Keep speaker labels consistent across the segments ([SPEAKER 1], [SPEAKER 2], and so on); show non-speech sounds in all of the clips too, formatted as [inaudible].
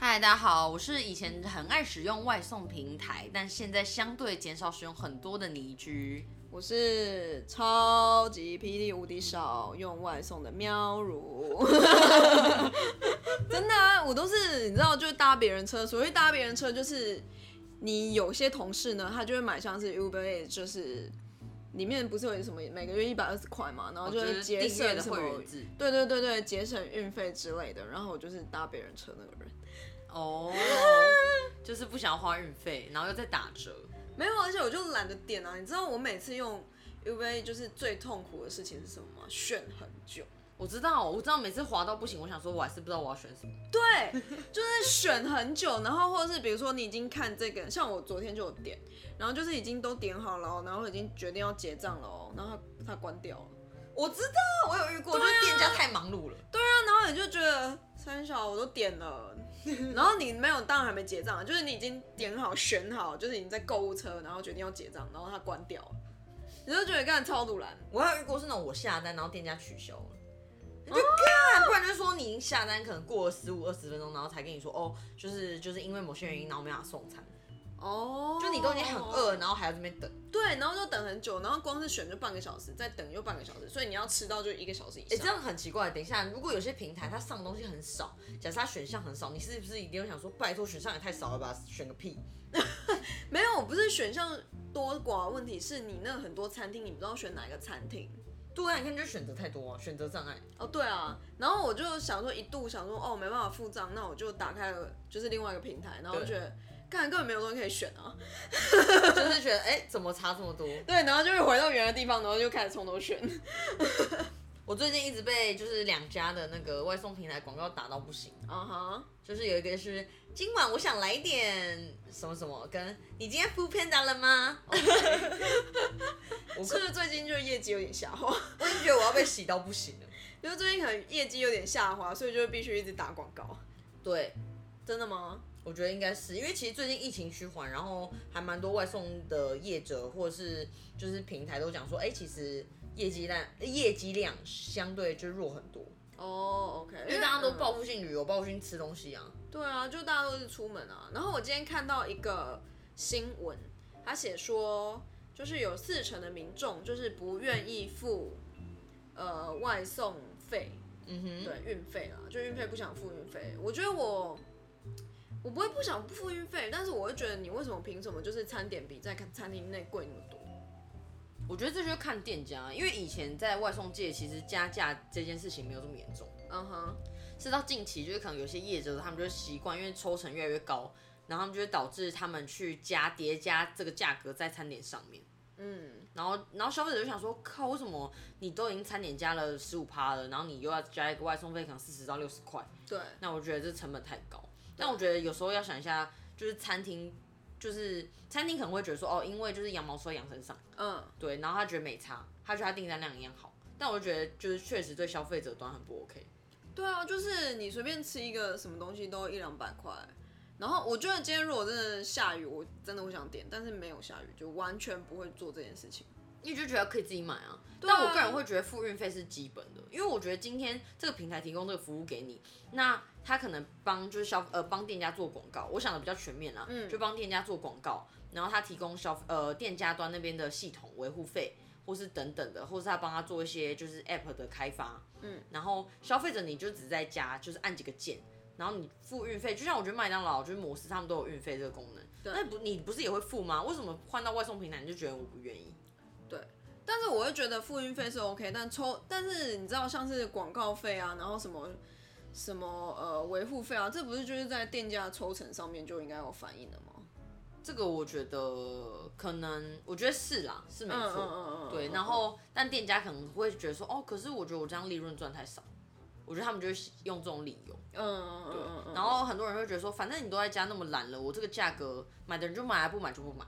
[SPEAKER 1] 大家好，我是以前很爱使用外送平台，但现在相对减少使用很多的倪居。
[SPEAKER 2] 我是超级霹雳无敌少用外送的喵 [laughs] 如，真的啊，我都是你知道，就是搭别人车，所谓搭别人车就是你有些同事呢，他就会买像是 Uber Eats，就是里面不是有什么每个月一百二十块嘛，然后哦就
[SPEAKER 1] 我觉
[SPEAKER 2] 会
[SPEAKER 1] 得
[SPEAKER 2] 节
[SPEAKER 1] 订阅
[SPEAKER 2] 省
[SPEAKER 1] 的
[SPEAKER 2] 什
[SPEAKER 1] 会
[SPEAKER 2] 么
[SPEAKER 1] 员，
[SPEAKER 2] [laughs]
[SPEAKER 1] 制
[SPEAKER 2] 对对对对，节省运费之类的，然后我就是搭别人车那个人。 [laughs]
[SPEAKER 1] 哦，就是不想要花运费，然后又在打折。
[SPEAKER 2] 没有，而且我就懒得点啊。你知道我每次用 Uber Eats 就是最痛苦的事情是什么吗？选很久。
[SPEAKER 1] 我知道，我知道，每次滑到不行，我想说，我还是不知道我要选什么。
[SPEAKER 2] 对，就是选很久，然后或者是比如说你已经看这个，像我昨天就有点，然后就是已经都点好了哦，然后已经决定要结账了哦，然后它它关掉了。
[SPEAKER 1] 我知道，我有遇过，
[SPEAKER 2] 啊
[SPEAKER 1] 就是店家太忙碌了。
[SPEAKER 2] 对啊，然后你就觉得三小我都点了，然后你没有，当然还没结账啊，就是你已经点好选好，就是已经在购物车，然后决定要结账，然后它关掉了，你就觉得干超堵然。
[SPEAKER 1] 我还有遇过是那种我下单，然后店家取消了。
[SPEAKER 2] 哦
[SPEAKER 1] 你就看，不然就说你已经下单，可能过了十五二十分钟，然后才跟你说哦，就是就是因为某些原因，然后没办法送餐，
[SPEAKER 2] 哦，
[SPEAKER 1] 就你都已经很饿，然后还要这边等。
[SPEAKER 2] 对，然后就等很久，然后光是选就半个小时，再等又半个小时，所以你要吃到就一个小时以
[SPEAKER 1] 哎、
[SPEAKER 2] 上。
[SPEAKER 1] 这样很奇怪。等一下，如果有些平台它上的东西很少，假设它选项很少，你是不是一定会想说，拜托选项也太少了吧，选个屁？
[SPEAKER 2] 没有，哎不是选项多寡的问题，是你那很多餐厅你不知道选哪个餐厅。
[SPEAKER 1] 对啊，你看就是选择太多啊，选择障碍。
[SPEAKER 2] 哦，对啊，然后我就想说，一度想说，哦，没办法付账，那我就打开了就是另外一个平台，然后
[SPEAKER 1] 对
[SPEAKER 2] 觉得，干根本没有东西可以选啊，
[SPEAKER 1] 就是觉得哎、怎么差这么多？
[SPEAKER 2] 对，然后就会回到原来的地方，然后就开始从头选。
[SPEAKER 1] 我最近一直被就是两家的那个外送平台广告打到不行，
[SPEAKER 2] 啊哈，
[SPEAKER 1] 就是有一个是今晚我想来点什么什么，跟你今天 f o o Panda 了吗？我
[SPEAKER 2] [laughs] 是
[SPEAKER 1] 可
[SPEAKER 2] 不是最近就是业绩有点下滑？
[SPEAKER 1] [laughs]
[SPEAKER 2] [laughs]
[SPEAKER 1] 我已经觉得我要被洗到不行了。
[SPEAKER 2] 就是最近可能业绩有点下滑，所以就必须一直打广告。
[SPEAKER 1] 对，
[SPEAKER 2] 真的吗？
[SPEAKER 1] 我觉得应该是因为其实最近疫情趋缓，然后还蛮多外送的业者或者是就是平台都讲说，哎、其实业绩量业绩量相对就弱很多，
[SPEAKER 2] 哦、o k
[SPEAKER 1] 因为大家都报复性旅游、报复性吃东西啊。
[SPEAKER 2] 对啊，就大家都是出门啊。然后我今天看到一个新闻，他写说，就是有四成的民众就是不愿意付呃外送费，
[SPEAKER 1] 嗯哼，
[SPEAKER 2] 对运费啦，就运费不想付运费。我觉得我我不会不想付运费，但是我会觉得你为什么凭什么就是餐点比在餐厅内贵那么多？
[SPEAKER 1] 我觉得这就是看店家，因为以前在外送界其实加价这件事情没有这么严重，
[SPEAKER 2] 嗯哼，
[SPEAKER 1] 是到近期就是可能有些业者他们就习惯，因为抽成越来越高，然后他们就会导致他们去加叠加这个价格在餐点上面。
[SPEAKER 2] 嗯，
[SPEAKER 1] 然后，然后消费者就想说，靠，为什么你都已经餐点加了十五趴了，然后你又要加一个外送费，可能四十到六十块，
[SPEAKER 2] 对，
[SPEAKER 1] 那我觉得这成本太高。但我觉得有时候要想一下，就是餐厅，就是餐厅可能会觉得说，哦，因为就是羊毛出在羊身上，
[SPEAKER 2] 嗯，
[SPEAKER 1] 对，然后他觉得没差，他觉得他订单量一样好。但我觉得就是确实对消费者端很不 OK。
[SPEAKER 2] 对啊，就是你随便吃一个什么东西都一两百块。然后我觉得今天如果真的下雨，我真的会想点，但是没有下雨，就完全不会做这件事情。
[SPEAKER 1] 你就觉得可以自己买啊。
[SPEAKER 2] 啊
[SPEAKER 1] 但我个人会觉得付运费是基本的，因为我觉得今天这个平台提供这个服务给你，那他可能帮就是消呃帮店家做广告，我想的比较全面啦，嗯，就帮店家做广告，然后他提供消呃店家端那边的系统维护费。或是等等的，或是他帮他做一些就是 app 的开发，嗯，然后消费者你就只在家就是按几个键，然后你付运费，就像我觉得麦当劳就是摩斯他们都有运费这个功能，那不你不是也会付吗？为什么换到外送平台你就觉得我不愿意？
[SPEAKER 2] 但是我会觉得付运费是 OK，但抽，但是你知道像是广告费啊，然后什么什么呃维护费啊，这不是就是在店家的抽成上面就应该有反应的吗？
[SPEAKER 1] 这个我觉得可能，我觉得是啦，是没
[SPEAKER 2] 嗯
[SPEAKER 1] 错，
[SPEAKER 2] 嗯嗯嗯
[SPEAKER 1] 对。然后，但店家可能会觉得说，哦，可是我觉得我这样利润赚太少，我觉得他们就会用这种理由。
[SPEAKER 2] 嗯嗯嗯嗯嗯，
[SPEAKER 1] 然后很多人会觉得说，反正你都在家那么懒了，我这个价格买的人就买，啊不买就不买，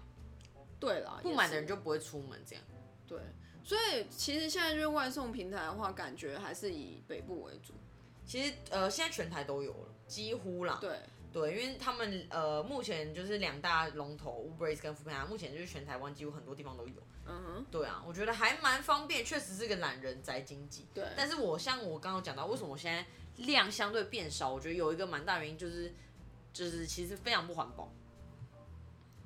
[SPEAKER 2] 对啦，
[SPEAKER 1] 不
[SPEAKER 2] 也
[SPEAKER 1] 买
[SPEAKER 2] 是
[SPEAKER 1] 的人就不会出门这样。
[SPEAKER 2] 对，所以其实现在就是外送平台的话，感觉还是以北部为主，
[SPEAKER 1] 其实呃，现在全台都有了，几乎啦。
[SPEAKER 2] 对。
[SPEAKER 1] 对，因为他们呃，目前就是两大龙头 Uber Eats 跟 f o o p a n d 目前就是全台湾几乎很多地方都有。
[SPEAKER 2] 嗯哼，
[SPEAKER 1] 对啊，我觉得还蛮方便，确实是个懒人宅经济。
[SPEAKER 2] 对
[SPEAKER 1] 但是我像我刚刚有讲到，为什么我现在量相对变少？我觉得有一个蛮大原因就是就是其实非常不环保。
[SPEAKER 2] 哦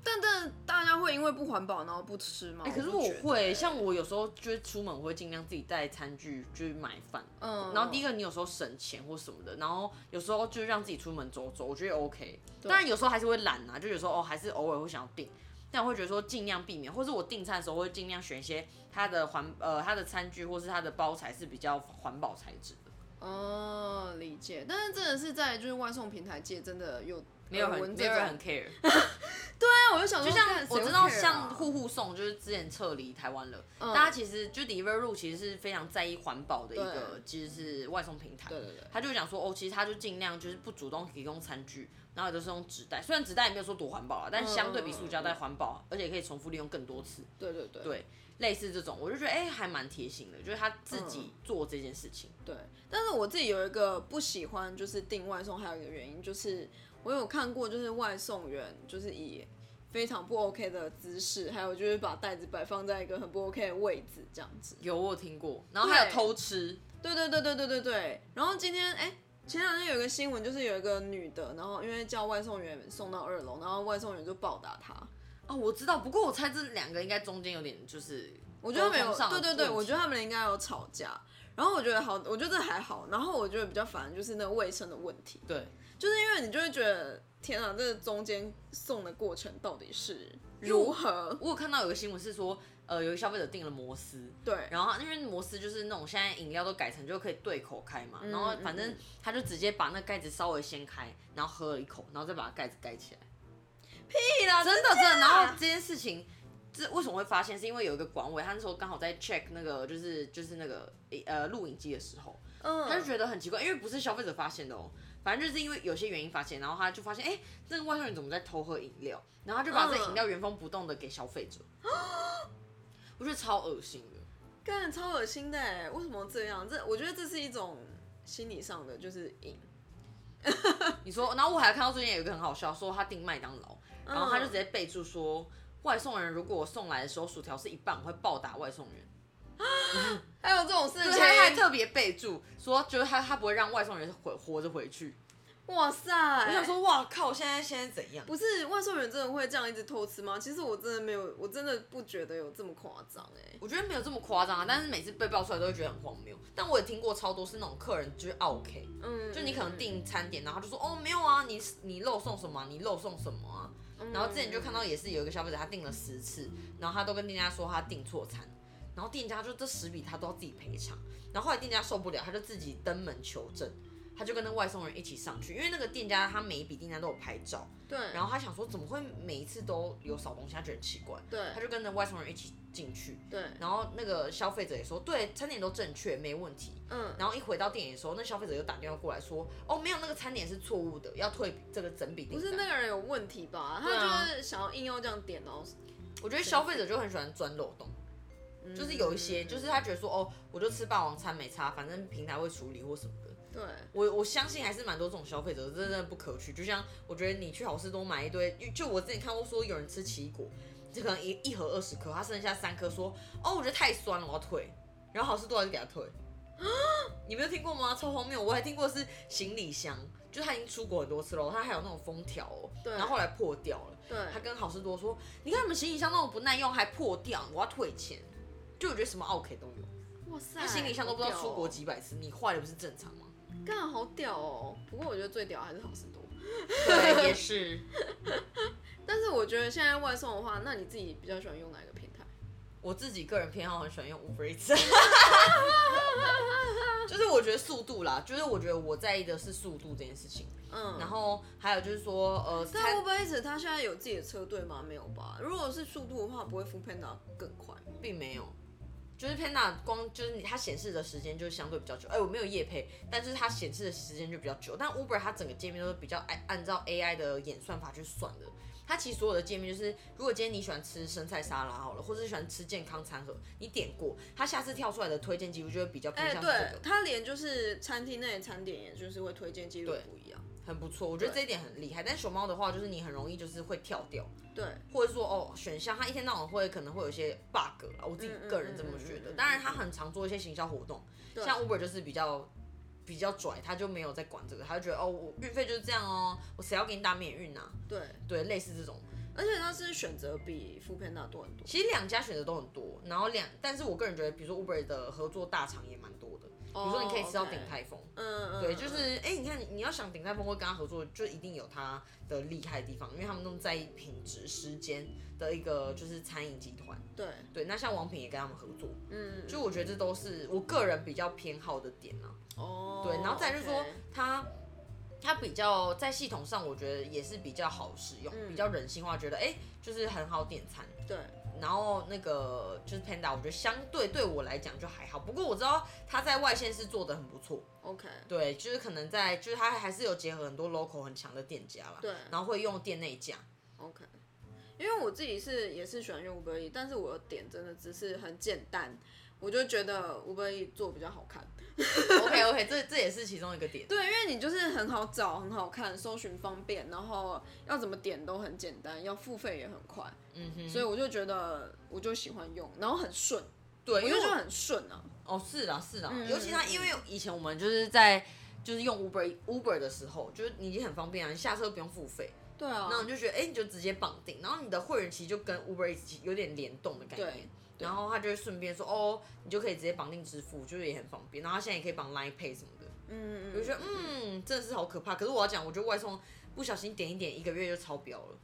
[SPEAKER 2] 但但大家会因为不环保然后不吃吗？
[SPEAKER 1] 哎、可是
[SPEAKER 2] 不
[SPEAKER 1] 我
[SPEAKER 2] 觉得
[SPEAKER 1] 会，像我有时候就是出门，我会尽量自己带餐具，就是买饭。
[SPEAKER 2] 嗯
[SPEAKER 1] 然后第一
[SPEAKER 2] 个
[SPEAKER 1] 个，你有时候省钱或什么的，然后有时候就是让自己出门走走，我觉得 OK。当然有时候还是会懒啊，就有时候哦还是偶尔会想要订，但我会觉得说尽量避免，或是我订餐的时候会尽量选一些它的环呃它的餐具或是它的包材是比较环保材质的，
[SPEAKER 2] 哦，理解。但是真的是在就是外送平台界真的有
[SPEAKER 1] 没有
[SPEAKER 2] 耳
[SPEAKER 1] 人
[SPEAKER 2] 闻
[SPEAKER 1] 没
[SPEAKER 2] 这
[SPEAKER 1] 有
[SPEAKER 2] 种
[SPEAKER 1] 人很 care。
[SPEAKER 2] 对啊，我就想说，
[SPEAKER 1] 就
[SPEAKER 2] 干
[SPEAKER 1] 像
[SPEAKER 2] 谁
[SPEAKER 1] 我
[SPEAKER 2] 会
[SPEAKER 1] 知道，
[SPEAKER 2] care 啊嗯
[SPEAKER 1] 像户户送就是之前撤离台湾了，大家其实就 Deliveroo 其实是非常在意环保的一个
[SPEAKER 2] 对，
[SPEAKER 1] 其实是外送平台。
[SPEAKER 2] 对对对
[SPEAKER 1] 他就讲说，哦，其实他就尽量就是不主动提供餐具，然后也都是用纸袋，虽然纸袋也没有说多环保啊，但相对
[SPEAKER 2] 嗯
[SPEAKER 1] 比塑胶袋环保，啊而且可以重复利用更多次。
[SPEAKER 2] 对对对
[SPEAKER 1] 对，类似这种，我就觉得哎、还蛮贴心的，就是他自
[SPEAKER 2] 嗯
[SPEAKER 1] 己做这件事情。
[SPEAKER 2] 对，但是我自己有一个不喜欢，就是订外送，还有一个原因就是我有看过，就是外送员就是以非常不 OK 的姿势，还有就是把袋子摆放在一个很不 OK 的位置这样子。
[SPEAKER 1] 有我有听过，然后还有
[SPEAKER 2] 对
[SPEAKER 1] 偷吃，
[SPEAKER 2] 对对对对对对对。然后今天哎、前两天有一个新闻，就是有一个女的，然后因为叫外送员送到二楼，然后外送员就暴打她。
[SPEAKER 1] 哦，我知道，不过我猜这两个应该中间有点就是，
[SPEAKER 2] 我觉得他们有
[SPEAKER 1] 沟通上，
[SPEAKER 2] 对
[SPEAKER 1] 的
[SPEAKER 2] 对对，
[SPEAKER 1] 问
[SPEAKER 2] 我
[SPEAKER 1] 题
[SPEAKER 2] 觉得他们应该有吵架。然后我觉得好，我觉得这还好。然后我觉得比较烦的就是那个卫生的问题。
[SPEAKER 1] 对，
[SPEAKER 2] 就是因为你就会觉得，天啊，这中间送的过程到底是如何？
[SPEAKER 1] 我有看到有个新闻是说，呃，有一个消费者订了摩斯，
[SPEAKER 2] 对，
[SPEAKER 1] 然后他因为摩斯就是那种现在饮料都改成就可以对口开嘛，然后反
[SPEAKER 2] 嗯
[SPEAKER 1] 正
[SPEAKER 2] 嗯
[SPEAKER 1] 他就直接把那盖子稍微掀开，然后喝了一口，然后再把盖子盖起来。
[SPEAKER 2] 屁啦，啊
[SPEAKER 1] 真的真的。然后这件事情，这为什么会发现？是因为有一个管委，他那时候刚好在 check 那个就是就是那个呃录影机的时候，
[SPEAKER 2] 嗯，
[SPEAKER 1] 他就觉得很奇怪，因为不是消费者发现的哦。反正就是因为有些原因发现，然后他就发现，哎、这个外送员怎么在偷喝饮料？然后他就把这
[SPEAKER 2] 嗯
[SPEAKER 1] 饮料原封不动的给消费者，我觉得超恶心的。
[SPEAKER 2] 干超恶心的欸，为什么这样？这我觉得这是一种心理上的，就是瘾。
[SPEAKER 1] 你说，然后我还看到最近有一个很好笑，说他订麦当劳，然后他就直接备注说，外送人如果送来的时候薯条是一半，我会暴打外送员。
[SPEAKER 2] 还有这种事
[SPEAKER 1] 对，他还
[SPEAKER 2] 情，
[SPEAKER 1] 特别备注说，就是他他不会让外送人活活着回去。
[SPEAKER 2] 哇塞！
[SPEAKER 1] 我
[SPEAKER 2] 我
[SPEAKER 1] 想，说，哇靠，现在现在怎样？
[SPEAKER 2] 不是外送员真的会这样一直偷吃吗？其实我真的没有，我真的不觉得有这么夸张哎。
[SPEAKER 1] 我觉得没有这么夸张啊，但是每次被爆出来都会觉得很荒谬。但我也听过超多是那种客人就是 OK，
[SPEAKER 2] 嗯，
[SPEAKER 1] 就你可能订餐点，然后就说哦没有啊，你你漏送什么啊、你漏送什么啊？
[SPEAKER 2] 嗯，
[SPEAKER 1] 然后之前就看到也是有一个消费者，他订了十次，然后他都跟店家说他订错餐，然后店家就这十笔他都要自己赔偿，然后后来店家受不了，他就自己登门求证，他就跟那外送人一起上去，因为那个店家他每一笔订单都有拍照，
[SPEAKER 2] 对，
[SPEAKER 1] 然后他想说怎么会每一次都有少东西，他觉得很奇怪，
[SPEAKER 2] 对
[SPEAKER 1] 他就跟着外送人一起进去，
[SPEAKER 2] 对，
[SPEAKER 1] 然后那个消费者也说对，餐点都正确，没问题。
[SPEAKER 2] 嗯，
[SPEAKER 1] 然后一回到店里的时候，那消费者又打电话过来说，哦，没有，那个餐点是错误的，要退这个整笔订
[SPEAKER 2] 不
[SPEAKER 1] 单。
[SPEAKER 2] 是那个人有问题吧？
[SPEAKER 1] 对啊
[SPEAKER 2] 他就是想要硬要这样点，哦然后
[SPEAKER 1] 我觉得消费者就很喜欢钻漏洞，就是有一些，就是他觉得说，哦，我就吃霸王餐没差，反正平台会处理或什么的。
[SPEAKER 2] 对，
[SPEAKER 1] 我我相信还是蛮多这种消费者真的不可取，就像我觉得你去好事多买一堆，就就我之前看过说有人吃奇异果，就可能一一盒二十颗，他剩下三颗说，哦，我觉得太酸了，我要退，然后好事多还是给他退。 [gasps] 你没有听过吗？超荒谬！我还听过是行李箱，就他已经出国很多次了，他还有那种封条哦，
[SPEAKER 2] 对
[SPEAKER 1] 然后后来破掉了，
[SPEAKER 2] 对
[SPEAKER 1] 他跟好事多说：“你看你们行李箱那种不耐用，还破掉，我要退钱。”就我觉得什么 OK 都有，
[SPEAKER 2] 哇塞，
[SPEAKER 1] 他行李箱都不知道出国
[SPEAKER 2] 好
[SPEAKER 1] 几百次，你坏了不是正常吗？
[SPEAKER 2] 屌哦干好屌哦！不过我觉得最屌还是好事多。
[SPEAKER 1] [laughs] 对，也是。
[SPEAKER 2] 但是我觉得现在外送的话，那你自己比较喜欢用哪一个平台？
[SPEAKER 1] 我自己个人偏好很喜欢用 Uber Eats，就是我觉得速度啦，就是我觉得我在意的是速度这件事情。
[SPEAKER 2] 嗯，
[SPEAKER 1] 然后还有就是说，呃，
[SPEAKER 2] 但
[SPEAKER 1] 餐
[SPEAKER 2] Uber Eats 它现在有自己的车队吗？没有吧？如果是速度的话，不会 f o o Panda 更快？
[SPEAKER 1] 并没有，就是 Panda 光就是你它显示的时间就是相对比较久。哎、我没有夜配，但是它显示的时间就比较久。但 Uber 它整个界面都是比较按按照 AI 的演算法去算的。它其实所有的界面就是，如果今天你喜欢吃生菜沙拉好了，或者是喜欢吃健康餐盒，你点过，它下次跳出来的推荐记录就会比较偏
[SPEAKER 2] 哎、
[SPEAKER 1] 向这个。
[SPEAKER 2] 对，它连就是餐厅内的餐点，也就是会推荐记录
[SPEAKER 1] 对
[SPEAKER 2] 不一样。
[SPEAKER 1] 很不错，我觉得这一点很厉害。但熊猫的话，就是你很容易就是会跳掉，
[SPEAKER 2] 对，
[SPEAKER 1] 或者说哦选项它一天到晚会可能会有一些 bug 啦，我自己个人这么觉
[SPEAKER 2] 嗯嗯嗯
[SPEAKER 1] 得。
[SPEAKER 2] 嗯嗯
[SPEAKER 1] 当然它很常做一些行销活动，
[SPEAKER 2] 对
[SPEAKER 1] 像 Uber 就是比较比较拽，他就没有在管这个，他就觉得哦，我运费就是这样哦，我谁要给你打免运啊？
[SPEAKER 2] 对，
[SPEAKER 1] 对，类似这种。
[SPEAKER 2] 而且它是选择比富片那多很多。
[SPEAKER 1] 其实两家选择都很多，然后两，但是我个人觉得，比如说 Uber 的合作大厂也蛮多的，比如说你可以吃到顶泰丰。
[SPEAKER 2] 嗯哦嗯，
[SPEAKER 1] 对，就是哎、你看，你要想鼎泰丰会跟他合作，就一定有他的厉害的地方，因为他们那么在意品质、时间的一个就是餐饮集团。
[SPEAKER 2] 对，
[SPEAKER 1] 对，那像王品也跟他们合作，
[SPEAKER 2] 嗯，
[SPEAKER 1] 就我觉得这都是我个人比较偏好的点啊。
[SPEAKER 2] 哦，
[SPEAKER 1] 对，然后再就是说
[SPEAKER 2] OK
[SPEAKER 1] 它它比较在系统上，我觉得也是比较好使用，比较人性化，觉得哎、诶就是很好点餐。
[SPEAKER 2] 嗯对，
[SPEAKER 1] 然后那个就是 Panda，我觉得相对对我来讲就还好，不过我知道它在外线是做的很不错，
[SPEAKER 2] OK，
[SPEAKER 1] 对，就是可能在就是它还是有结合很多 local 很强的店家啦，
[SPEAKER 2] 对
[SPEAKER 1] 然后会用店内
[SPEAKER 2] [laughs]
[SPEAKER 1] 价，
[SPEAKER 2] OK，因为我自己是也是喜欢用 Uber E，但是我的点真的只是很简单，我就觉得 Uber E 做比较好看。
[SPEAKER 1] OK OK，这这也是其中一个点。
[SPEAKER 2] 对，因为你就是很好找、很好看，搜寻方便，然后要怎么点都很简单，要付费也很快，
[SPEAKER 1] 嗯哼，
[SPEAKER 2] 所以我就觉得我就喜欢用，然后很顺，
[SPEAKER 1] 对，
[SPEAKER 2] 我
[SPEAKER 1] 因为
[SPEAKER 2] 就
[SPEAKER 1] 我
[SPEAKER 2] 觉得很顺啊。
[SPEAKER 1] 哦，是啦是啦，
[SPEAKER 2] 嗯
[SPEAKER 1] 尤其他
[SPEAKER 2] 嗯
[SPEAKER 1] 因为以前我们就是在就是用 Uber Uber 的时候，就是你已经很方便啊，你下车不用付费，
[SPEAKER 2] 对啊
[SPEAKER 1] 然，后你就觉得哎、你就直接绑定，然后你的会员其实就跟 Uber 一起有点联动的概念
[SPEAKER 2] 对。啊
[SPEAKER 1] 然后他就会顺便说哦，你就可以直接绑定支付，就是也很方便。然后他现在也可以绑 Line Pay 什么的，
[SPEAKER 2] 嗯嗯
[SPEAKER 1] 我就
[SPEAKER 2] 嗯，
[SPEAKER 1] 觉得嗯，真的是好可怕。可是我要讲，我觉得外送不小心点一点，一个月就超标了，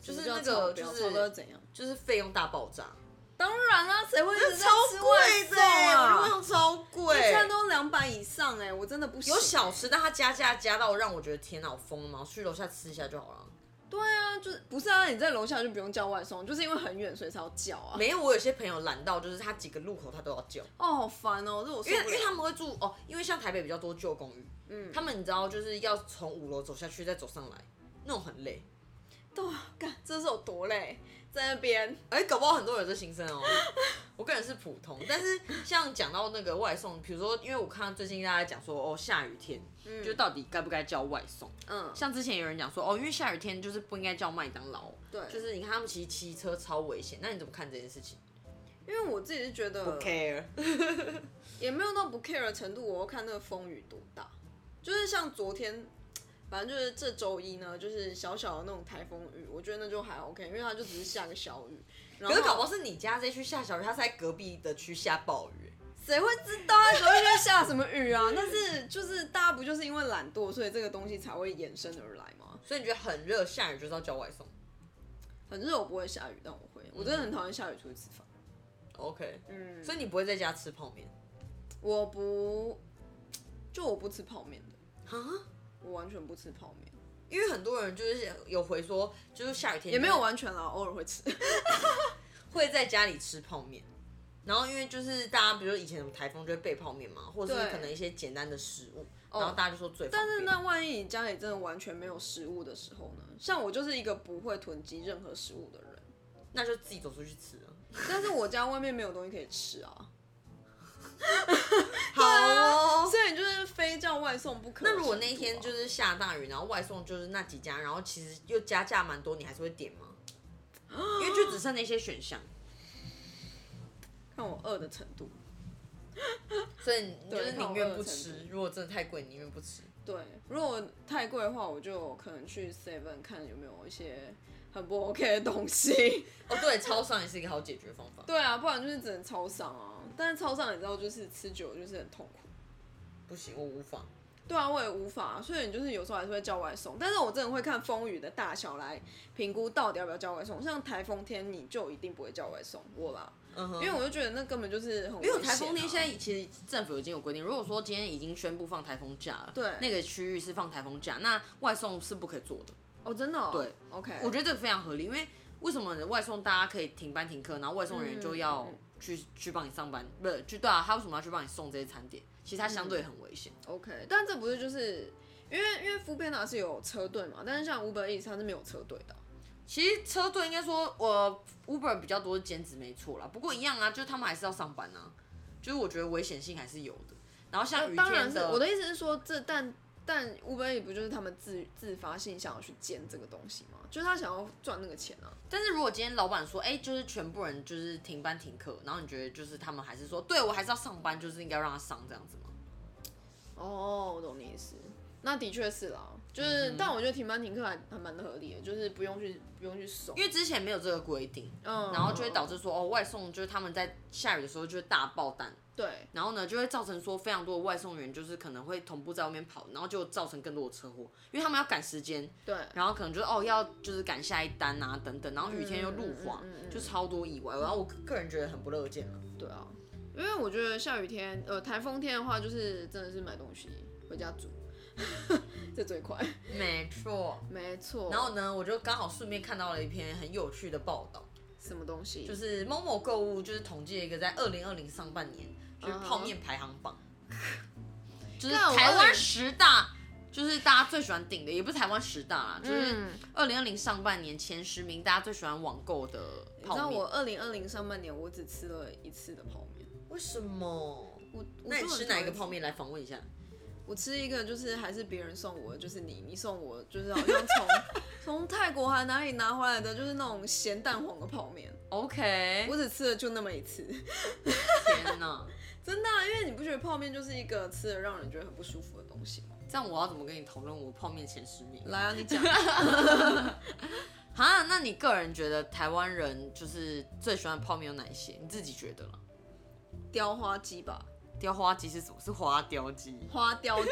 [SPEAKER 1] 就是那个就
[SPEAKER 2] 超哥
[SPEAKER 1] 是
[SPEAKER 2] 怎样？
[SPEAKER 1] 就是费用大爆炸，
[SPEAKER 2] 当然啦、谁会一直在
[SPEAKER 1] 超
[SPEAKER 2] 吃
[SPEAKER 1] 贵
[SPEAKER 2] 外
[SPEAKER 1] 的欸，我觉
[SPEAKER 2] 送
[SPEAKER 1] 得
[SPEAKER 2] 啊？
[SPEAKER 1] 外送超贵，
[SPEAKER 2] 现在都两百以上哎、我真的不行。
[SPEAKER 1] 有小吃，但它加价加到让我觉得天哪，我疯了吗？我去楼下吃一下就好了。
[SPEAKER 2] 对啊，就是不是啊？你在楼下就不用叫外送，就是因为很远所以才要叫啊。
[SPEAKER 1] 没有，我有些朋友懒到就是他几个路口他都要叫，
[SPEAKER 2] 哦，好烦哦，这我受
[SPEAKER 1] 因为
[SPEAKER 2] 不
[SPEAKER 1] 因为
[SPEAKER 2] 了。
[SPEAKER 1] 他们会住哦，因为像台北比较多旧公寓，嗯，他们你知道就是要从五楼走下去再走上来，那种很累。
[SPEAKER 2] 对啊，干，这是有多累，在那边。
[SPEAKER 1] 哎、搞不好很多人有这心声哦。我个人是普通，但是像讲到那个外送，比如说，因为我看到最近大家讲说，哦，下雨天，就到底该不该叫外送？
[SPEAKER 2] 嗯，
[SPEAKER 1] 像之前有人讲说，哦，因为下雨天就是不应该叫麦当劳，
[SPEAKER 2] 对
[SPEAKER 1] 就是你看他们骑骑车超危险，那你怎么看这件事情？
[SPEAKER 2] 因为我自己是觉
[SPEAKER 1] [laughs]
[SPEAKER 2] 得
[SPEAKER 1] care。
[SPEAKER 2] 也没有到不 care 的程度，我要看那个风雨多大。就是像昨天，反正就是这周一呢，就是小小的那种台风雨，我觉得那就还 OK，因为它就只是下个小雨。然
[SPEAKER 1] 可
[SPEAKER 2] 后
[SPEAKER 1] 是搞不好是你家这区下小雨，它是在隔壁的区下暴雨。
[SPEAKER 2] 谁会知道啊它昨天在下什么雨啊？但是就是大家不就是因为懒惰，所以这个东西才会衍生而来吗？
[SPEAKER 1] 所以你觉得很热，下雨就是要叫外送。
[SPEAKER 2] 反正我不会下雨，但我会，我真
[SPEAKER 1] 嗯
[SPEAKER 2] 的很讨厌下雨出去吃饭。
[SPEAKER 1] OK，
[SPEAKER 2] 嗯，
[SPEAKER 1] 所以你不会在家吃泡面
[SPEAKER 2] 我不，就我不吃泡面的，
[SPEAKER 1] 啊？
[SPEAKER 2] 我完全不吃泡面，
[SPEAKER 1] 因为很多人就是有回说，就是下雨天
[SPEAKER 2] 也没有完全啦，偶尔会吃。
[SPEAKER 1] 会在家里吃泡面。然后因为就是大家，比如说以前什么台风就会备泡面嘛，或者是
[SPEAKER 2] 对哦
[SPEAKER 1] 可能一些简单的食物，然后大家就说最方便。
[SPEAKER 2] 但是那万一你家里真的完全没有食物的时候呢？像我就是一个不会囤积任何食物的人，
[SPEAKER 1] 那就自己走出去吃了。
[SPEAKER 2] 但是我家外面没有东西可以吃啊，
[SPEAKER 1] 好哦。
[SPEAKER 2] [laughs] 所以就是非叫外送不可、，
[SPEAKER 1] 那如果那一天就是
[SPEAKER 2] 啊
[SPEAKER 1] 是下大雨，然后外送就是那几家，然后其实又加价蛮多，你还是会点吗？因为就只剩那些选项，
[SPEAKER 2] 看我饿的程度，
[SPEAKER 1] 所以你就是
[SPEAKER 2] 对
[SPEAKER 1] 宁愿不
[SPEAKER 2] 看我饿的
[SPEAKER 1] 吃
[SPEAKER 2] 程。
[SPEAKER 1] 如果真的太贵，宁愿不吃。
[SPEAKER 2] 对，如果太贵的话，我就可能去 Seven 看有没有一些很不 OK 的东西。 [laughs]
[SPEAKER 1] 哦，对，超商也是一个好解决方法。
[SPEAKER 2] 对啊，不然就是只能超商啊。但是超商你知道，就是吃久了就是很痛苦。
[SPEAKER 1] 不行，我无法。
[SPEAKER 2] 对啊，我也无法，所以你就是有时候还是会叫外送，但是我真的会看风雨的大小来评估到底要不要叫外送。像台风天，你就一定不会叫外送，我啦，
[SPEAKER 1] 嗯哼，
[SPEAKER 2] 因为我就觉得那根本就是很、
[SPEAKER 1] 因为
[SPEAKER 2] 危
[SPEAKER 1] 有台
[SPEAKER 2] 险
[SPEAKER 1] 风天
[SPEAKER 2] 啊
[SPEAKER 1] 现在其实政府已经有规定，如果说今天已经宣布放台风假了，
[SPEAKER 2] 对
[SPEAKER 1] 那个区域是放台风假，那外送是不可以做的。
[SPEAKER 2] 哦，真的、哦、
[SPEAKER 1] 对
[SPEAKER 2] ，OK，
[SPEAKER 1] 我觉得这个非常合理，因为为什么外送大家可以停班停课，然后外送人员就要
[SPEAKER 2] 嗯
[SPEAKER 1] 去、去帮你上班，不是去对啊，他为什么要去帮你送这些餐点？其实他相对很危险。
[SPEAKER 2] 得 OK，但这不是就是因为因为 f o o p a n d a 是有车队嘛，但是像 Uber Eats 它是没有车队的啊，
[SPEAKER 1] 其实车队应该说，我 Uber 比较多是兼职没错啦，不过一样啊，就是他们还是要上班啊，就是我觉得危险性还是有的。然后像雨
[SPEAKER 2] 当然
[SPEAKER 1] 天
[SPEAKER 2] 是我
[SPEAKER 1] 的，
[SPEAKER 2] 的意思是说这但。但 Uber Eats 不就是他们自自发性想要去建这个东西吗？就是他想要赚那个钱啊。
[SPEAKER 1] 但是如果今天老板说，哎、就是全部人就是停班停课，然后你觉得就是他们还是说，对我还是要上班，就是应该让他上这样子吗？
[SPEAKER 2] 哦那的确是啦，
[SPEAKER 1] 嗯
[SPEAKER 2] 就是，但我觉得停班停课还还蛮合理的，就是不用去不用去送，
[SPEAKER 1] 因为之前没有这个规定，
[SPEAKER 2] 嗯，
[SPEAKER 1] 然后就会导致说哦，外送就是他们在下雨的时候就会大爆单，
[SPEAKER 2] 对，
[SPEAKER 1] 然后呢就会造成说非常多的外送员就是可能会同步在外面跑，然后就造成更多的车祸，因为他们要赶时间，
[SPEAKER 2] 对，
[SPEAKER 1] 然后可能就是哦要就是赶下一单啊等等，然后雨天又路滑，
[SPEAKER 2] 嗯嗯嗯嗯嗯
[SPEAKER 1] 就超多意外，然后我个人觉得很不乐见了。
[SPEAKER 2] 对啊，因为我觉得下雨天，呃，台风天的话，就是真的是买东西回家煮， [laughs] 这最快。
[SPEAKER 1] 没错。
[SPEAKER 2] 没错。
[SPEAKER 1] 然后呢，我就刚好顺便看到了一篇很有趣的报道，
[SPEAKER 2] 什么东西？
[SPEAKER 1] 就是是某某购物就是统计了一个在二零二零上半年就是
[SPEAKER 2] 嗯
[SPEAKER 1] 泡面排行
[SPEAKER 2] [laughs]
[SPEAKER 1] 榜，就是
[SPEAKER 2] 干我
[SPEAKER 1] 台湾
[SPEAKER 2] 20
[SPEAKER 1] 十大，就是大家最喜欢订的，也不是台湾十大啦，就是
[SPEAKER 2] 嗯
[SPEAKER 1] 二零二零上半年前十名大家最喜欢网购的
[SPEAKER 2] 你知
[SPEAKER 1] 泡
[SPEAKER 2] 道
[SPEAKER 1] 面。
[SPEAKER 2] 我二零二零上半年我只吃了一次的泡面。
[SPEAKER 1] 为什么？
[SPEAKER 2] 我我
[SPEAKER 1] 那你
[SPEAKER 2] 就很
[SPEAKER 1] 吃哪一个
[SPEAKER 2] 讨厌
[SPEAKER 1] 泡面来访问一下？
[SPEAKER 2] 我吃一个就是还是别人送我的，就是你你送我就是好像从从泰国还哪里拿回来的，就是那种咸蛋黄的泡面。
[SPEAKER 1] OK，
[SPEAKER 2] 我只吃了就那么一次， [laughs]
[SPEAKER 1] 天哪！
[SPEAKER 2] 真的啊、因为你不觉得泡面就是一个吃了让人觉得很不舒服的东西吗？
[SPEAKER 1] 这样我要怎么跟你讨论我泡面前十名？
[SPEAKER 2] 来啊，你讲。
[SPEAKER 1] 哈，那你个人觉得台湾人就是最喜欢的泡面有哪一些？你自己觉得啦？
[SPEAKER 2] 雕花鸡吧，
[SPEAKER 1] 雕花鸡是什么？是花雕鸡。
[SPEAKER 2] 花雕鸡，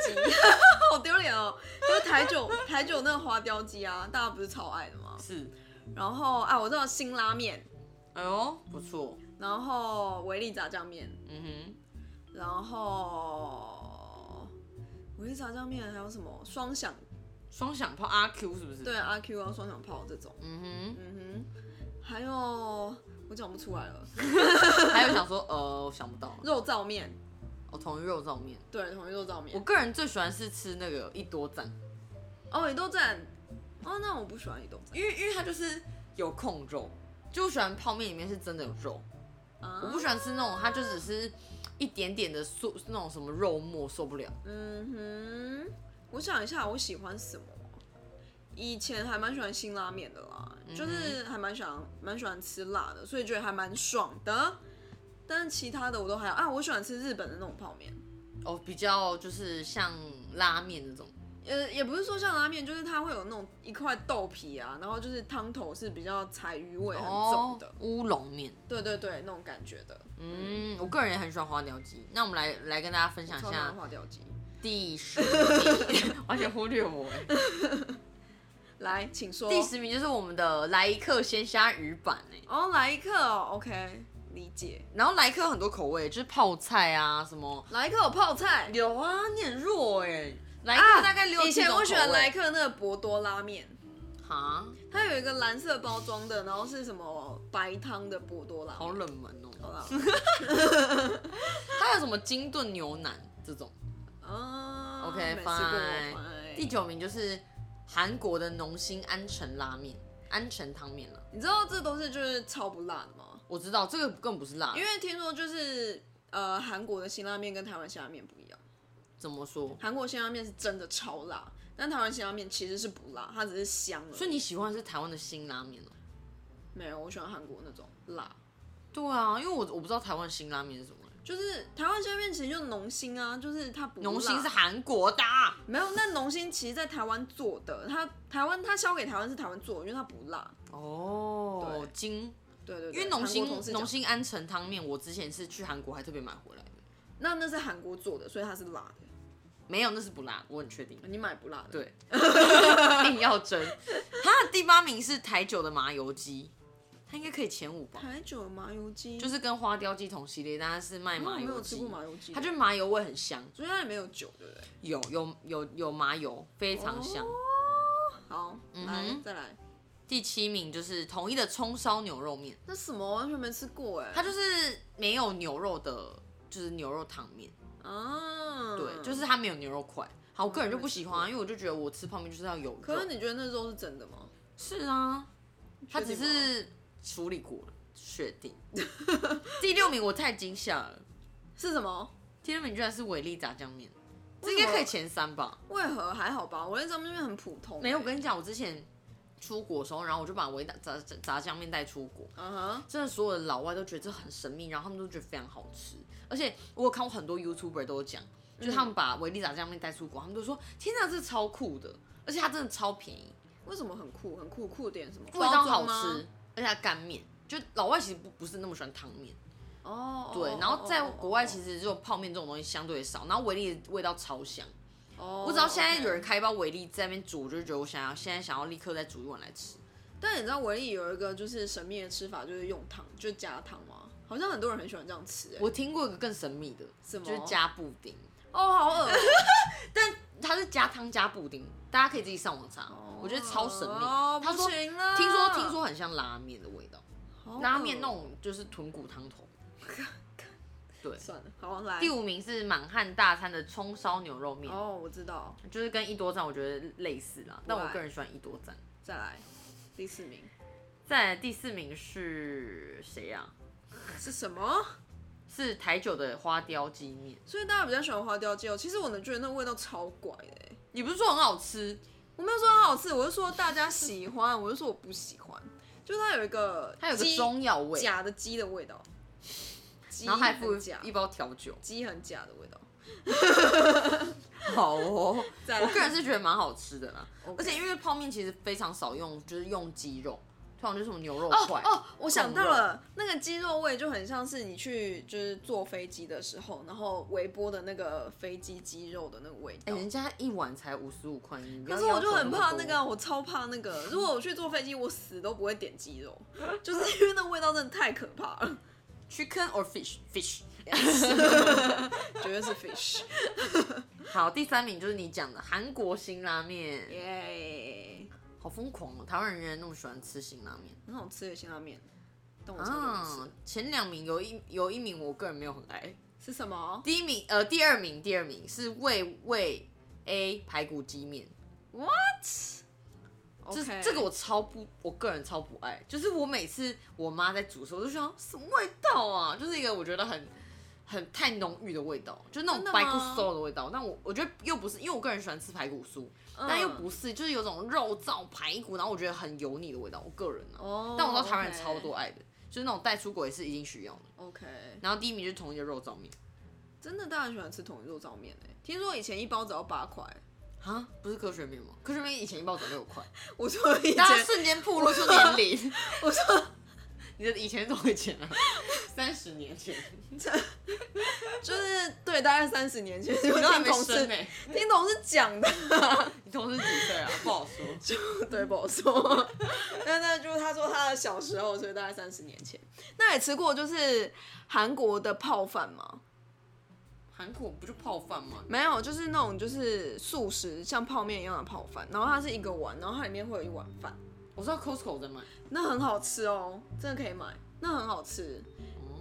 [SPEAKER 2] 好丢脸哦！就是台酒台酒那个花雕鸡啊，大家不是超爱的吗？
[SPEAKER 1] 是，
[SPEAKER 2] 然后啊，我知道辛拉面，
[SPEAKER 1] 哎呦，不错，
[SPEAKER 2] 然后维力炸酱面，
[SPEAKER 1] 嗯
[SPEAKER 2] 然后维力炸酱面还有什么双响？
[SPEAKER 1] 哼，双响炮阿 Q 是不是？
[SPEAKER 2] 对，，阿 Q 啊，双响炮这种，
[SPEAKER 1] 嗯
[SPEAKER 2] 嗯哼，还有我讲不出来了，
[SPEAKER 1] 哼，还有想说，呃，我想不到了，
[SPEAKER 2] 肉燥面，
[SPEAKER 1] 我同意肉燥面。
[SPEAKER 2] 对，同一肉燥
[SPEAKER 1] 我
[SPEAKER 2] 面。
[SPEAKER 1] 个人最喜欢是吃那个一多赞，
[SPEAKER 2] 哦，一豆站，哦，那我不喜欢一豆站，
[SPEAKER 1] 因为因为它就是有控肉，就我喜欢泡面里面是真的有肉，
[SPEAKER 2] 啊
[SPEAKER 1] 我不喜欢吃那种它就只是一点点的素那种什么肉末受不了。
[SPEAKER 2] 嗯哼，我想一下，我喜欢什么？以前还蛮喜欢辛拉面的啦，
[SPEAKER 1] 嗯
[SPEAKER 2] 就是还蛮喜欢蛮喜欢吃辣的，所以觉得还蛮爽的。但是其他的我都还好啊，我喜欢吃日本的那种泡面，
[SPEAKER 1] 哦，比较就是像拉面那种，
[SPEAKER 2] 呃，也不是说像拉面，就是它会有那种一块豆皮啊，然后就是汤头是比较柴鱼味很重的，
[SPEAKER 1] 哦乌龙面。
[SPEAKER 2] 对对对，那种感觉的。
[SPEAKER 1] 嗯，我个人也很喜欢花雕鸡。那我们来来跟大家分享
[SPEAKER 2] 超
[SPEAKER 1] 一
[SPEAKER 2] 喜
[SPEAKER 1] 下
[SPEAKER 2] 欢花雕鸡，
[SPEAKER 1] 第十名， [laughs] 完全忽略我。
[SPEAKER 2] 来，请说。
[SPEAKER 1] 第十名就是我们的来一克鲜虾鱼板哎，
[SPEAKER 2] 哦，来一克哦，OK，理解。
[SPEAKER 1] 然后来一克有很多口味，就是泡菜啊什么。
[SPEAKER 2] 来一克有泡菜，
[SPEAKER 1] 有啊，你很弱哎、来一
[SPEAKER 2] 啊，
[SPEAKER 1] 克大概六
[SPEAKER 2] 以
[SPEAKER 1] 七
[SPEAKER 2] 前
[SPEAKER 1] 种口
[SPEAKER 2] 我
[SPEAKER 1] 味。
[SPEAKER 2] 喜欢莱克那个博多拉面，
[SPEAKER 1] 哈，
[SPEAKER 2] 它有一个蓝色包装的，然后是什么白汤的博多拉面。
[SPEAKER 1] 好冷门哦、
[SPEAKER 2] 好啦，
[SPEAKER 1] [laughs] 还有什么金盾牛腩这种？
[SPEAKER 2] 啊
[SPEAKER 1] OK，
[SPEAKER 2] 没吃过
[SPEAKER 1] fine 第
[SPEAKER 2] fine
[SPEAKER 1] 九名就是韩国的农心安城拉面，安城汤面了。
[SPEAKER 2] 你知道这都是就是超不辣的吗？
[SPEAKER 1] 我知道这个更不是辣，
[SPEAKER 2] 因为听说就是呃韩国的辛拉面跟台湾辛拉面不一样，
[SPEAKER 1] 怎么说？
[SPEAKER 2] 韩国辛拉面是真的超辣，但台湾辛拉面其实是不辣，它只是香而已。
[SPEAKER 1] 所以你喜欢的是台湾的新拉面哦、
[SPEAKER 2] 没有，我喜欢韩国那种辣。
[SPEAKER 1] 对啊，因为我我不知道台湾新拉面是什么、
[SPEAKER 2] 就是台湾辛拉面其实就浓心啊，就是它不辣
[SPEAKER 1] 农心是韩国的啊，
[SPEAKER 2] 没有，那浓心其实在台湾做的，它台湾它销给台湾是台湾做的，因为它不辣。
[SPEAKER 1] 哦
[SPEAKER 2] 对，
[SPEAKER 1] 金，
[SPEAKER 2] 对对对，
[SPEAKER 1] 因为农心
[SPEAKER 2] 韩国同事讲
[SPEAKER 1] 农心安城汤面，我之前是去韩国还特别买回来的，
[SPEAKER 2] 那那是韩国做的，所以它是辣的，，
[SPEAKER 1] 没有，那是不辣，我很确定
[SPEAKER 2] [laughs] 你买不辣的。
[SPEAKER 1] 对硬要争。它的第八名是台酒的麻油鸡，它应该可以前五吧，
[SPEAKER 2] 台酒麻油鸡
[SPEAKER 1] 就是跟花雕鸡同系列，但它是卖
[SPEAKER 2] 我
[SPEAKER 1] 麻
[SPEAKER 2] 哦没
[SPEAKER 1] 油
[SPEAKER 2] 有吃
[SPEAKER 1] 鸡
[SPEAKER 2] 过，麻油鸡，
[SPEAKER 1] 它就是麻油味很香，
[SPEAKER 2] 所以它也没有酒，对不对？
[SPEAKER 1] 有有有有麻油，非常香。
[SPEAKER 2] 哦好，
[SPEAKER 1] 嗯
[SPEAKER 2] 来再来，
[SPEAKER 1] 第七名就是统一的葱烧牛肉面。
[SPEAKER 2] 那什么完全没吃过哎。
[SPEAKER 1] 它就是没有牛肉的，就是牛肉汤面，
[SPEAKER 2] 啊，
[SPEAKER 1] 对，就是。它没有牛肉块。好，我个人就不喜欢啊，因为我就觉得我吃泡面就是要有
[SPEAKER 2] 嗯可是
[SPEAKER 1] 肉。
[SPEAKER 2] 你觉得那肉是真的吗？
[SPEAKER 1] 是啊，它只
[SPEAKER 2] 确定吗
[SPEAKER 1] 是处理过了，确定。 [laughs] 第六名我太惊吓了，
[SPEAKER 2] 是什么？
[SPEAKER 1] 第六名居然是伟力炸酱面，这
[SPEAKER 2] 什
[SPEAKER 1] 应
[SPEAKER 2] 么
[SPEAKER 1] 该可以前三吧？
[SPEAKER 2] 为何还好吧？我那张面很普通。
[SPEAKER 1] 没有，我跟你讲，我之前出国的时候，然后我就把伟力炸炸炸酱面带出国，
[SPEAKER 2] 嗯哼，
[SPEAKER 1] 真的所有的老外都觉得这很神秘，然后他们都觉得非常好吃，而且我有看过很多 YouTuber 都有讲，就是
[SPEAKER 2] 嗯
[SPEAKER 1] 他们把维力炸酱面带出国，他们就说天哪，这超酷的，而且它真的超便宜，
[SPEAKER 2] 为什么很酷？很酷酷点什么？
[SPEAKER 1] 味道好
[SPEAKER 2] 包装
[SPEAKER 1] 吃
[SPEAKER 2] 吗。，
[SPEAKER 1] 而且它干面，就老外其实不不是那么喜欢汤面，
[SPEAKER 2] 哦，
[SPEAKER 1] 对，然后在国外其
[SPEAKER 2] 实
[SPEAKER 1] 实就泡面这种东西相对少，然后维力的味道超香。
[SPEAKER 2] 我
[SPEAKER 1] 我
[SPEAKER 2] 哦
[SPEAKER 1] 只要现在有人开包维力在那边煮，我就觉得我想要现在想要立刻再煮一碗来吃。
[SPEAKER 2] 但你知道维力有一个就是神秘的吃法，就是用糖，就是加糖吗？好像很多人很喜欢这样吃、欸，
[SPEAKER 1] 我听过一个更神秘的，
[SPEAKER 2] 什么
[SPEAKER 1] 就是加布丁，
[SPEAKER 2] 哦，好恶心，
[SPEAKER 1] 它是加汤加布丁，大家可以自己上网查，我觉得超 [laughs] 神秘。
[SPEAKER 2] 哦、
[SPEAKER 1] 他说
[SPEAKER 2] 不行哦啦
[SPEAKER 1] 听说听说很像拉面的味道，
[SPEAKER 2] 好恶
[SPEAKER 1] 拉面那种就是豚骨汤头。对
[SPEAKER 2] 算了，好来
[SPEAKER 1] 第五名是满汉大餐的葱烧牛肉面，
[SPEAKER 2] 哦，我知道，
[SPEAKER 1] 就是跟一多赞我觉得类似啦，但我个人喜欢一多赞。
[SPEAKER 2] 再来第四名
[SPEAKER 1] 再来第四名是谁呀、
[SPEAKER 2] 是什么？
[SPEAKER 1] 是台酒的花雕鸡面，
[SPEAKER 2] 所以大家比较喜欢花雕鸡哦。其实我能觉得那味道超怪的欸、
[SPEAKER 1] 你不是说很好吃？
[SPEAKER 2] 我没有说它好吃，我是说大家喜欢，我是说我不喜欢，就是它有一个
[SPEAKER 1] 它有个
[SPEAKER 2] 鸡
[SPEAKER 1] 中药味，
[SPEAKER 2] 假的鸡的味道，鸡
[SPEAKER 1] 然后还附
[SPEAKER 2] 很假，
[SPEAKER 1] 一包调酒。
[SPEAKER 2] [laughs] 鸡很假的味道。
[SPEAKER 1] 好哦，[laughs]
[SPEAKER 2] 再
[SPEAKER 1] 我
[SPEAKER 2] 来
[SPEAKER 1] 个人是觉得蛮好吃的啦。
[SPEAKER 2] [laughs] OK
[SPEAKER 1] 而且因为泡面其实非常少用，就是用鸡肉，通常就是什么牛肉
[SPEAKER 2] 哦
[SPEAKER 1] 块。
[SPEAKER 2] 哦，我想到
[SPEAKER 1] 控肉
[SPEAKER 2] 了，那个鸡肉味就很像是你去就是坐飞机的时候，然后微波的那个飞机鸡肉的那个味
[SPEAKER 1] 哎、
[SPEAKER 2] 道。
[SPEAKER 1] 人家一碗才五十五块，你不要
[SPEAKER 2] 可是我
[SPEAKER 1] 要
[SPEAKER 2] 就
[SPEAKER 1] 求
[SPEAKER 2] 很怕
[SPEAKER 1] 么
[SPEAKER 2] 那
[SPEAKER 1] 多
[SPEAKER 2] 个啊，我超怕那个。如果我去坐飞机，我死都不会点鸡肉，就是因为那味道真的太可怕了，
[SPEAKER 1] chicken or fish fish。
[SPEAKER 2] 绝对
[SPEAKER 1] [laughs]
[SPEAKER 2] 是 fish。
[SPEAKER 1] 好，第三名就是你讲的韩国辛拉面，
[SPEAKER 2] 耶、
[SPEAKER 1] 好疯狂哦！台湾人原来那么喜欢吃辛拉面
[SPEAKER 2] 很好吃的辛拉面，但我超喜欢吃、
[SPEAKER 1] 啊！前两名有一有一名我个人没有很爱，
[SPEAKER 2] 是什么？
[SPEAKER 1] 第一名呃第二名第二名是味味 A 排骨鸡面，这
[SPEAKER 2] OK
[SPEAKER 1] 这个我超不，我个人超不爱，就是我每次我妈在煮的时候，我就想什么味道啊，就是一个我觉得很很太浓郁的味道，就是那
[SPEAKER 2] 真
[SPEAKER 1] 种
[SPEAKER 2] 的
[SPEAKER 1] 排骨
[SPEAKER 2] 吗
[SPEAKER 1] 酥的味道。但我我觉得又不是，因为我个人喜欢吃排骨酥，
[SPEAKER 2] 嗯
[SPEAKER 1] 但又不是，就是有种肉燥排骨，然后我觉得很油腻的味道。我个人啊，
[SPEAKER 2] 哦
[SPEAKER 1] 但我知道台湾人超
[SPEAKER 2] OK
[SPEAKER 1] 多啊爱的，就是那种带出国也是一定需要的。
[SPEAKER 2] OK，
[SPEAKER 1] 然后第一名就是同一个肉燥面
[SPEAKER 2] 真的大家很喜欢吃统一肉燥面诶、听说以前一包只要八块，
[SPEAKER 1] 啊，不是科学面吗？科学面以前一包只要六块，
[SPEAKER 2] 我说以
[SPEAKER 1] 大家
[SPEAKER 2] 前
[SPEAKER 1] 瞬间暴露出年龄。 [laughs] 我说，你的以前多少钱啊？ [laughs] 三十年前，
[SPEAKER 2] 就是对，大概三十年前，你
[SPEAKER 1] 你都还没
[SPEAKER 2] 同
[SPEAKER 1] 生欸
[SPEAKER 2] 事
[SPEAKER 1] 呢、
[SPEAKER 2] 听同事讲的，
[SPEAKER 1] 你同事几岁啊？不好 [laughs] 说。
[SPEAKER 2] 对，不好说。但 [laughs] 那就是他说他的小时候，所以大概三十年前。那也吃过就是韩国的泡饭吗？
[SPEAKER 1] 韩国不就泡饭吗？
[SPEAKER 2] 没有，就是那种就是素食像泡面一样的泡饭，然后它是一个碗，然后它里面会有一碗饭，
[SPEAKER 1] 我知道 Costco 在卖，
[SPEAKER 2] 那很好吃哦，真的可以买，那很好吃。
[SPEAKER 1] 哦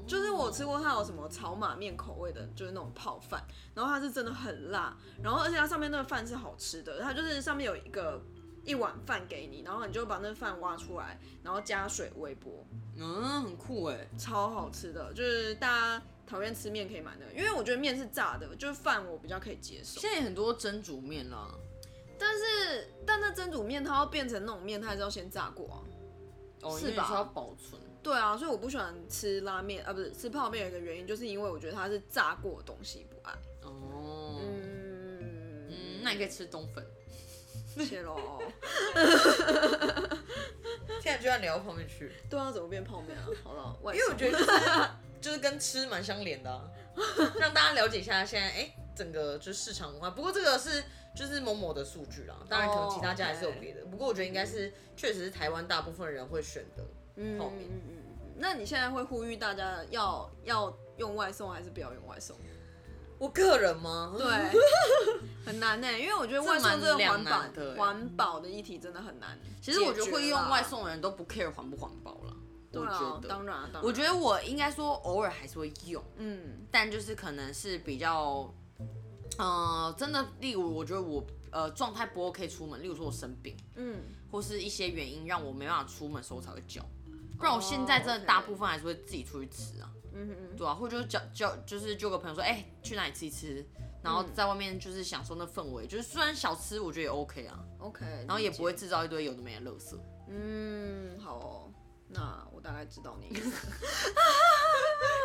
[SPEAKER 2] 就是我吃过它有什么炒马面口味的，就是那种泡饭，然后它是真的很辣，然后而且它上面那个饭是好吃的，它就是上面有一个一碗饭给你，然后你就把那饭挖出来，然后加水微波，
[SPEAKER 1] 嗯，很酷哎、
[SPEAKER 2] 超好吃的。就是大家讨厌吃面可以买那个，因为我觉得面是炸的，就是饭我比较可以接受。
[SPEAKER 1] 现在也很多蒸煮面啦，
[SPEAKER 2] 但是但那蒸煮面它要变成那种面，它还是要先炸过啊。
[SPEAKER 1] 哦，
[SPEAKER 2] 是
[SPEAKER 1] 因为
[SPEAKER 2] 吧
[SPEAKER 1] 是要保存。
[SPEAKER 2] 对啊，所以我不喜欢吃拉面啊，不是吃泡面，有一个原因就是因为我觉得它是炸过的东西不爱。
[SPEAKER 1] 哦，
[SPEAKER 2] 嗯
[SPEAKER 1] 嗯，那你可以吃冬粉。
[SPEAKER 2] 谢喽。
[SPEAKER 1] 现在居然聊到泡面去，
[SPEAKER 2] 对啊，怎么变泡面啊？好了，因
[SPEAKER 1] 因为我觉得就是就是跟吃蛮相连的、啊，让大家了解一下现在哎、整个就是市场文化。不过这个是就是某某的数据啦，当然可能其他家也是有别的。不过我觉得应该是确实是台湾大部分人会选的。
[SPEAKER 2] 嗯
[SPEAKER 1] 泡面
[SPEAKER 2] 嗯嗯嗯嗯那你现在会呼吁大家要要用外送还是不要用外送？
[SPEAKER 1] 我个人吗？ [laughs]
[SPEAKER 2] 对，很难呢、因为我觉得外送
[SPEAKER 1] 这蛮
[SPEAKER 2] 这个环
[SPEAKER 1] 两
[SPEAKER 2] 保
[SPEAKER 1] 难的欸
[SPEAKER 2] 环保的议题真的很难。
[SPEAKER 1] 其实我觉得会用外，送的人都不 care 环不环保啦。
[SPEAKER 2] 对
[SPEAKER 1] 我
[SPEAKER 2] 啊
[SPEAKER 1] 觉，得，
[SPEAKER 2] 当然啊，当然
[SPEAKER 1] 我觉得我应该说偶尔还是会用，
[SPEAKER 2] 嗯
[SPEAKER 1] 但就是可能是比较，呃，真的，例如我觉得我呃状态不 OK 出门，例如说我生病
[SPEAKER 2] 嗯，
[SPEAKER 1] 或是一些原因让我没办法出门的时候才会叫，不然我现在真的
[SPEAKER 2] OK
[SPEAKER 1] 大部分还是会自己出去吃啊，
[SPEAKER 2] 嗯嗯嗯
[SPEAKER 1] 对啊，或者就叫叫就是叫个朋友说，哎、去哪里吃一吃，然后在外面就是享受那氛围，就是虽然小吃我觉得也 OK 啊，
[SPEAKER 2] ，OK，然
[SPEAKER 1] 然后也不会制造一堆有的没的垃圾。
[SPEAKER 2] 嗯好哦，那我大概知道你意思，
[SPEAKER 1] [laughs]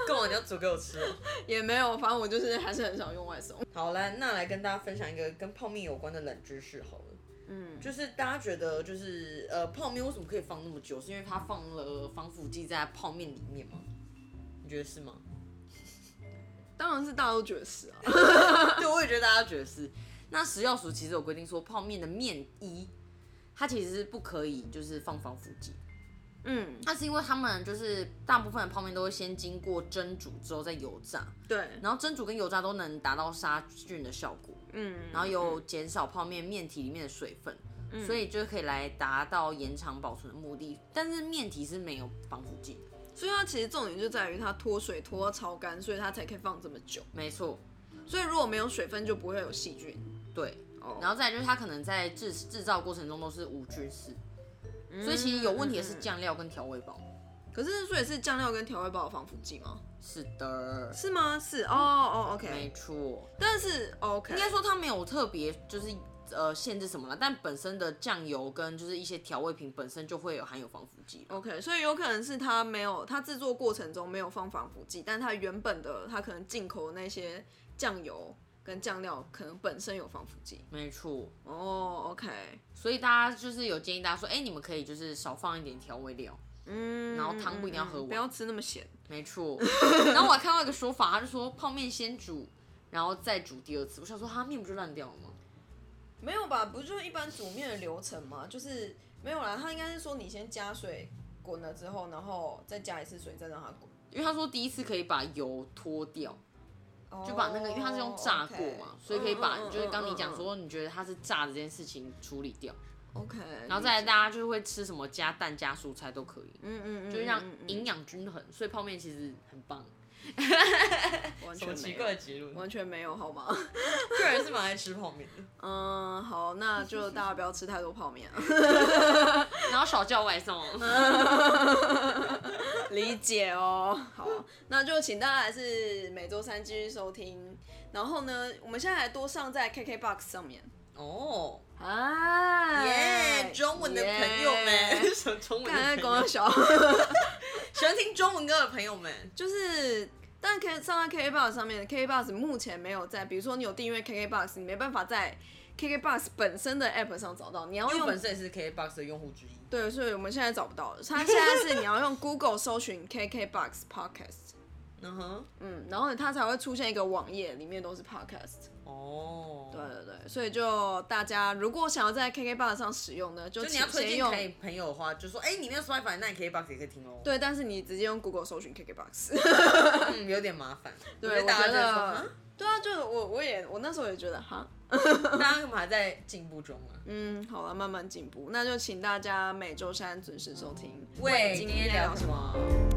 [SPEAKER 1] 够了，你要煮给我吃哦。
[SPEAKER 2] 也没有，反正我就是还是很少用外送。
[SPEAKER 1] 好来，那来跟大家分享一个跟泡面有关的冷知识好了。
[SPEAKER 2] 嗯，
[SPEAKER 1] 就是大家觉得就是呃泡面为什么可以放那么久？是因为它放了防腐剂在泡面里面吗？你觉得是吗？
[SPEAKER 2] 当然是大家都觉得是啊。
[SPEAKER 1] [laughs] 对，我也觉得大家觉得是。那食药署其实有规定说，泡面的面衣它其实是不可以就是放防腐剂，
[SPEAKER 2] 嗯，
[SPEAKER 1] 那是因为他们就是大部分的泡面都会先经过蒸煮之后再油炸，
[SPEAKER 2] 对，
[SPEAKER 1] 然后蒸煮跟油炸都能达到杀菌的效果，
[SPEAKER 2] 嗯，
[SPEAKER 1] 然后有减少泡面面体里面的水分，所以就可以来达到延长保存的目的。但是面体是没有防腐剂的，
[SPEAKER 2] 所以它其实重点就在于它脱水脱到超干，所以它才可以放这么久。
[SPEAKER 1] 没错，
[SPEAKER 2] 所以如果没有水分，就不会有细菌。
[SPEAKER 1] 对。
[SPEAKER 2] 哦
[SPEAKER 1] 然后再来就是它可能在制制造过程中都是无菌室，所以其实有问题的是酱料跟调味包。
[SPEAKER 2] 可是所以是酱料跟调味包有防腐剂吗？
[SPEAKER 1] 是的，
[SPEAKER 2] 是吗？是哦哦
[SPEAKER 1] 没
[SPEAKER 2] ，OK。
[SPEAKER 1] 错。
[SPEAKER 2] 但是 OK，
[SPEAKER 1] 应该说它没有特别就是呃限制什么了，但本身的酱油跟就是一些调味品本身就会有含有防腐剂了。
[SPEAKER 2] OK，所以有可能是它没有，它制作过程中没有放防腐剂，但它原本的它可能进口的那些酱油跟酱料可能本身有防腐剂。
[SPEAKER 1] 没错，
[SPEAKER 2] 哦，OK、o k
[SPEAKER 1] 所以大家就是有建议大家说，哎、你们可以就是少放一点调味料。
[SPEAKER 2] 嗯，
[SPEAKER 1] 然后汤不一定要喝完
[SPEAKER 2] 不要吃那么咸。
[SPEAKER 1] 没错，然后我还看到一个说法，他就说泡面先煮，然后再煮第二次。我想说，它面不就烂掉了吗？
[SPEAKER 2] 没有吧？不就是一般煮面的流程吗？就是没有啦，它应该是说你先加水滚了之后，然后再加一次水，再让它滚。
[SPEAKER 1] 因为他说第一次可以把油脱掉，就
[SPEAKER 2] 就
[SPEAKER 1] 把那个，因为它是用炸过嘛，所以可以把就是刚你讲。
[SPEAKER 2] 哦嗯嗯嗯嗯
[SPEAKER 1] 说你觉得它是炸的这件事情处理掉，
[SPEAKER 2] OK，
[SPEAKER 1] 然后再来大家就会吃什么加蛋加蔬菜都可以。
[SPEAKER 2] 嗯嗯嗯，
[SPEAKER 1] 就是让
[SPEAKER 2] 嗯嗯嗯
[SPEAKER 1] 营养均衡，所以泡面其实很棒。
[SPEAKER 2] 完全没有
[SPEAKER 1] 的结论？
[SPEAKER 2] 完全没有好吗？ [laughs]
[SPEAKER 1] 个人是蛮爱吃泡面的，
[SPEAKER 2] 嗯，好，那就大家不要吃太多泡面啊。
[SPEAKER 1] 然后少叫外送。
[SPEAKER 2] [laughs] 嗯理解哦。好，那就请大家还是每周三继续收听。然后呢，我们现在还多上在 KKBOX 上面。
[SPEAKER 1] 哦，
[SPEAKER 2] 啊
[SPEAKER 1] 耶！中文的朋友们，什么中文
[SPEAKER 2] [laughs] 看
[SPEAKER 1] 的
[SPEAKER 2] 在
[SPEAKER 1] 朋友
[SPEAKER 2] 光
[SPEAKER 1] 们？
[SPEAKER 2] 小，
[SPEAKER 1] 喜欢听中文歌的朋友们，
[SPEAKER 2] 就是。但 K 上在 KKBOX 上面，KKBOX 目前没有在，比如说你有订阅 KKBOX，你没办法在 KKBOX 本身的 App 上找到，你要
[SPEAKER 1] 因为我
[SPEAKER 2] 哦用
[SPEAKER 1] 本身也是 KBox 的用户之一。
[SPEAKER 2] 对，所以我们现在找不到了。它现在是你要用 Google 搜寻 KKBox Podcast，
[SPEAKER 1] 嗯哼，
[SPEAKER 2] 嗯，然后它才会出现一个网页，里面都是 Podcast。
[SPEAKER 1] 哦，
[SPEAKER 2] 对，对对，所以就大家如果想要在 KKBox 上使用呢，就
[SPEAKER 1] 就你
[SPEAKER 2] 请
[SPEAKER 1] 要推
[SPEAKER 2] 先
[SPEAKER 1] 荐
[SPEAKER 2] 用
[SPEAKER 1] 给朋友的话，就说，哎，你没有 Spotify，那你 KBox 也可以听 [laughs] 哦。，
[SPEAKER 2] 对，但是你直接用 Google 搜
[SPEAKER 1] [laughs]
[SPEAKER 2] 寻 KKBox。
[SPEAKER 1] 嗯，有点麻烦。
[SPEAKER 2] 对，我
[SPEAKER 1] 大家就
[SPEAKER 2] 觉
[SPEAKER 1] 会说
[SPEAKER 2] 得，对啊，就我我也我那时候也觉得哈，
[SPEAKER 1] 哈嗯大家干嘛还在进步中啊？
[SPEAKER 2] 嗯，好了，慢慢进步，那就请大家每周三准时收听。
[SPEAKER 1] 喂，
[SPEAKER 2] 今天聊
[SPEAKER 1] 什么？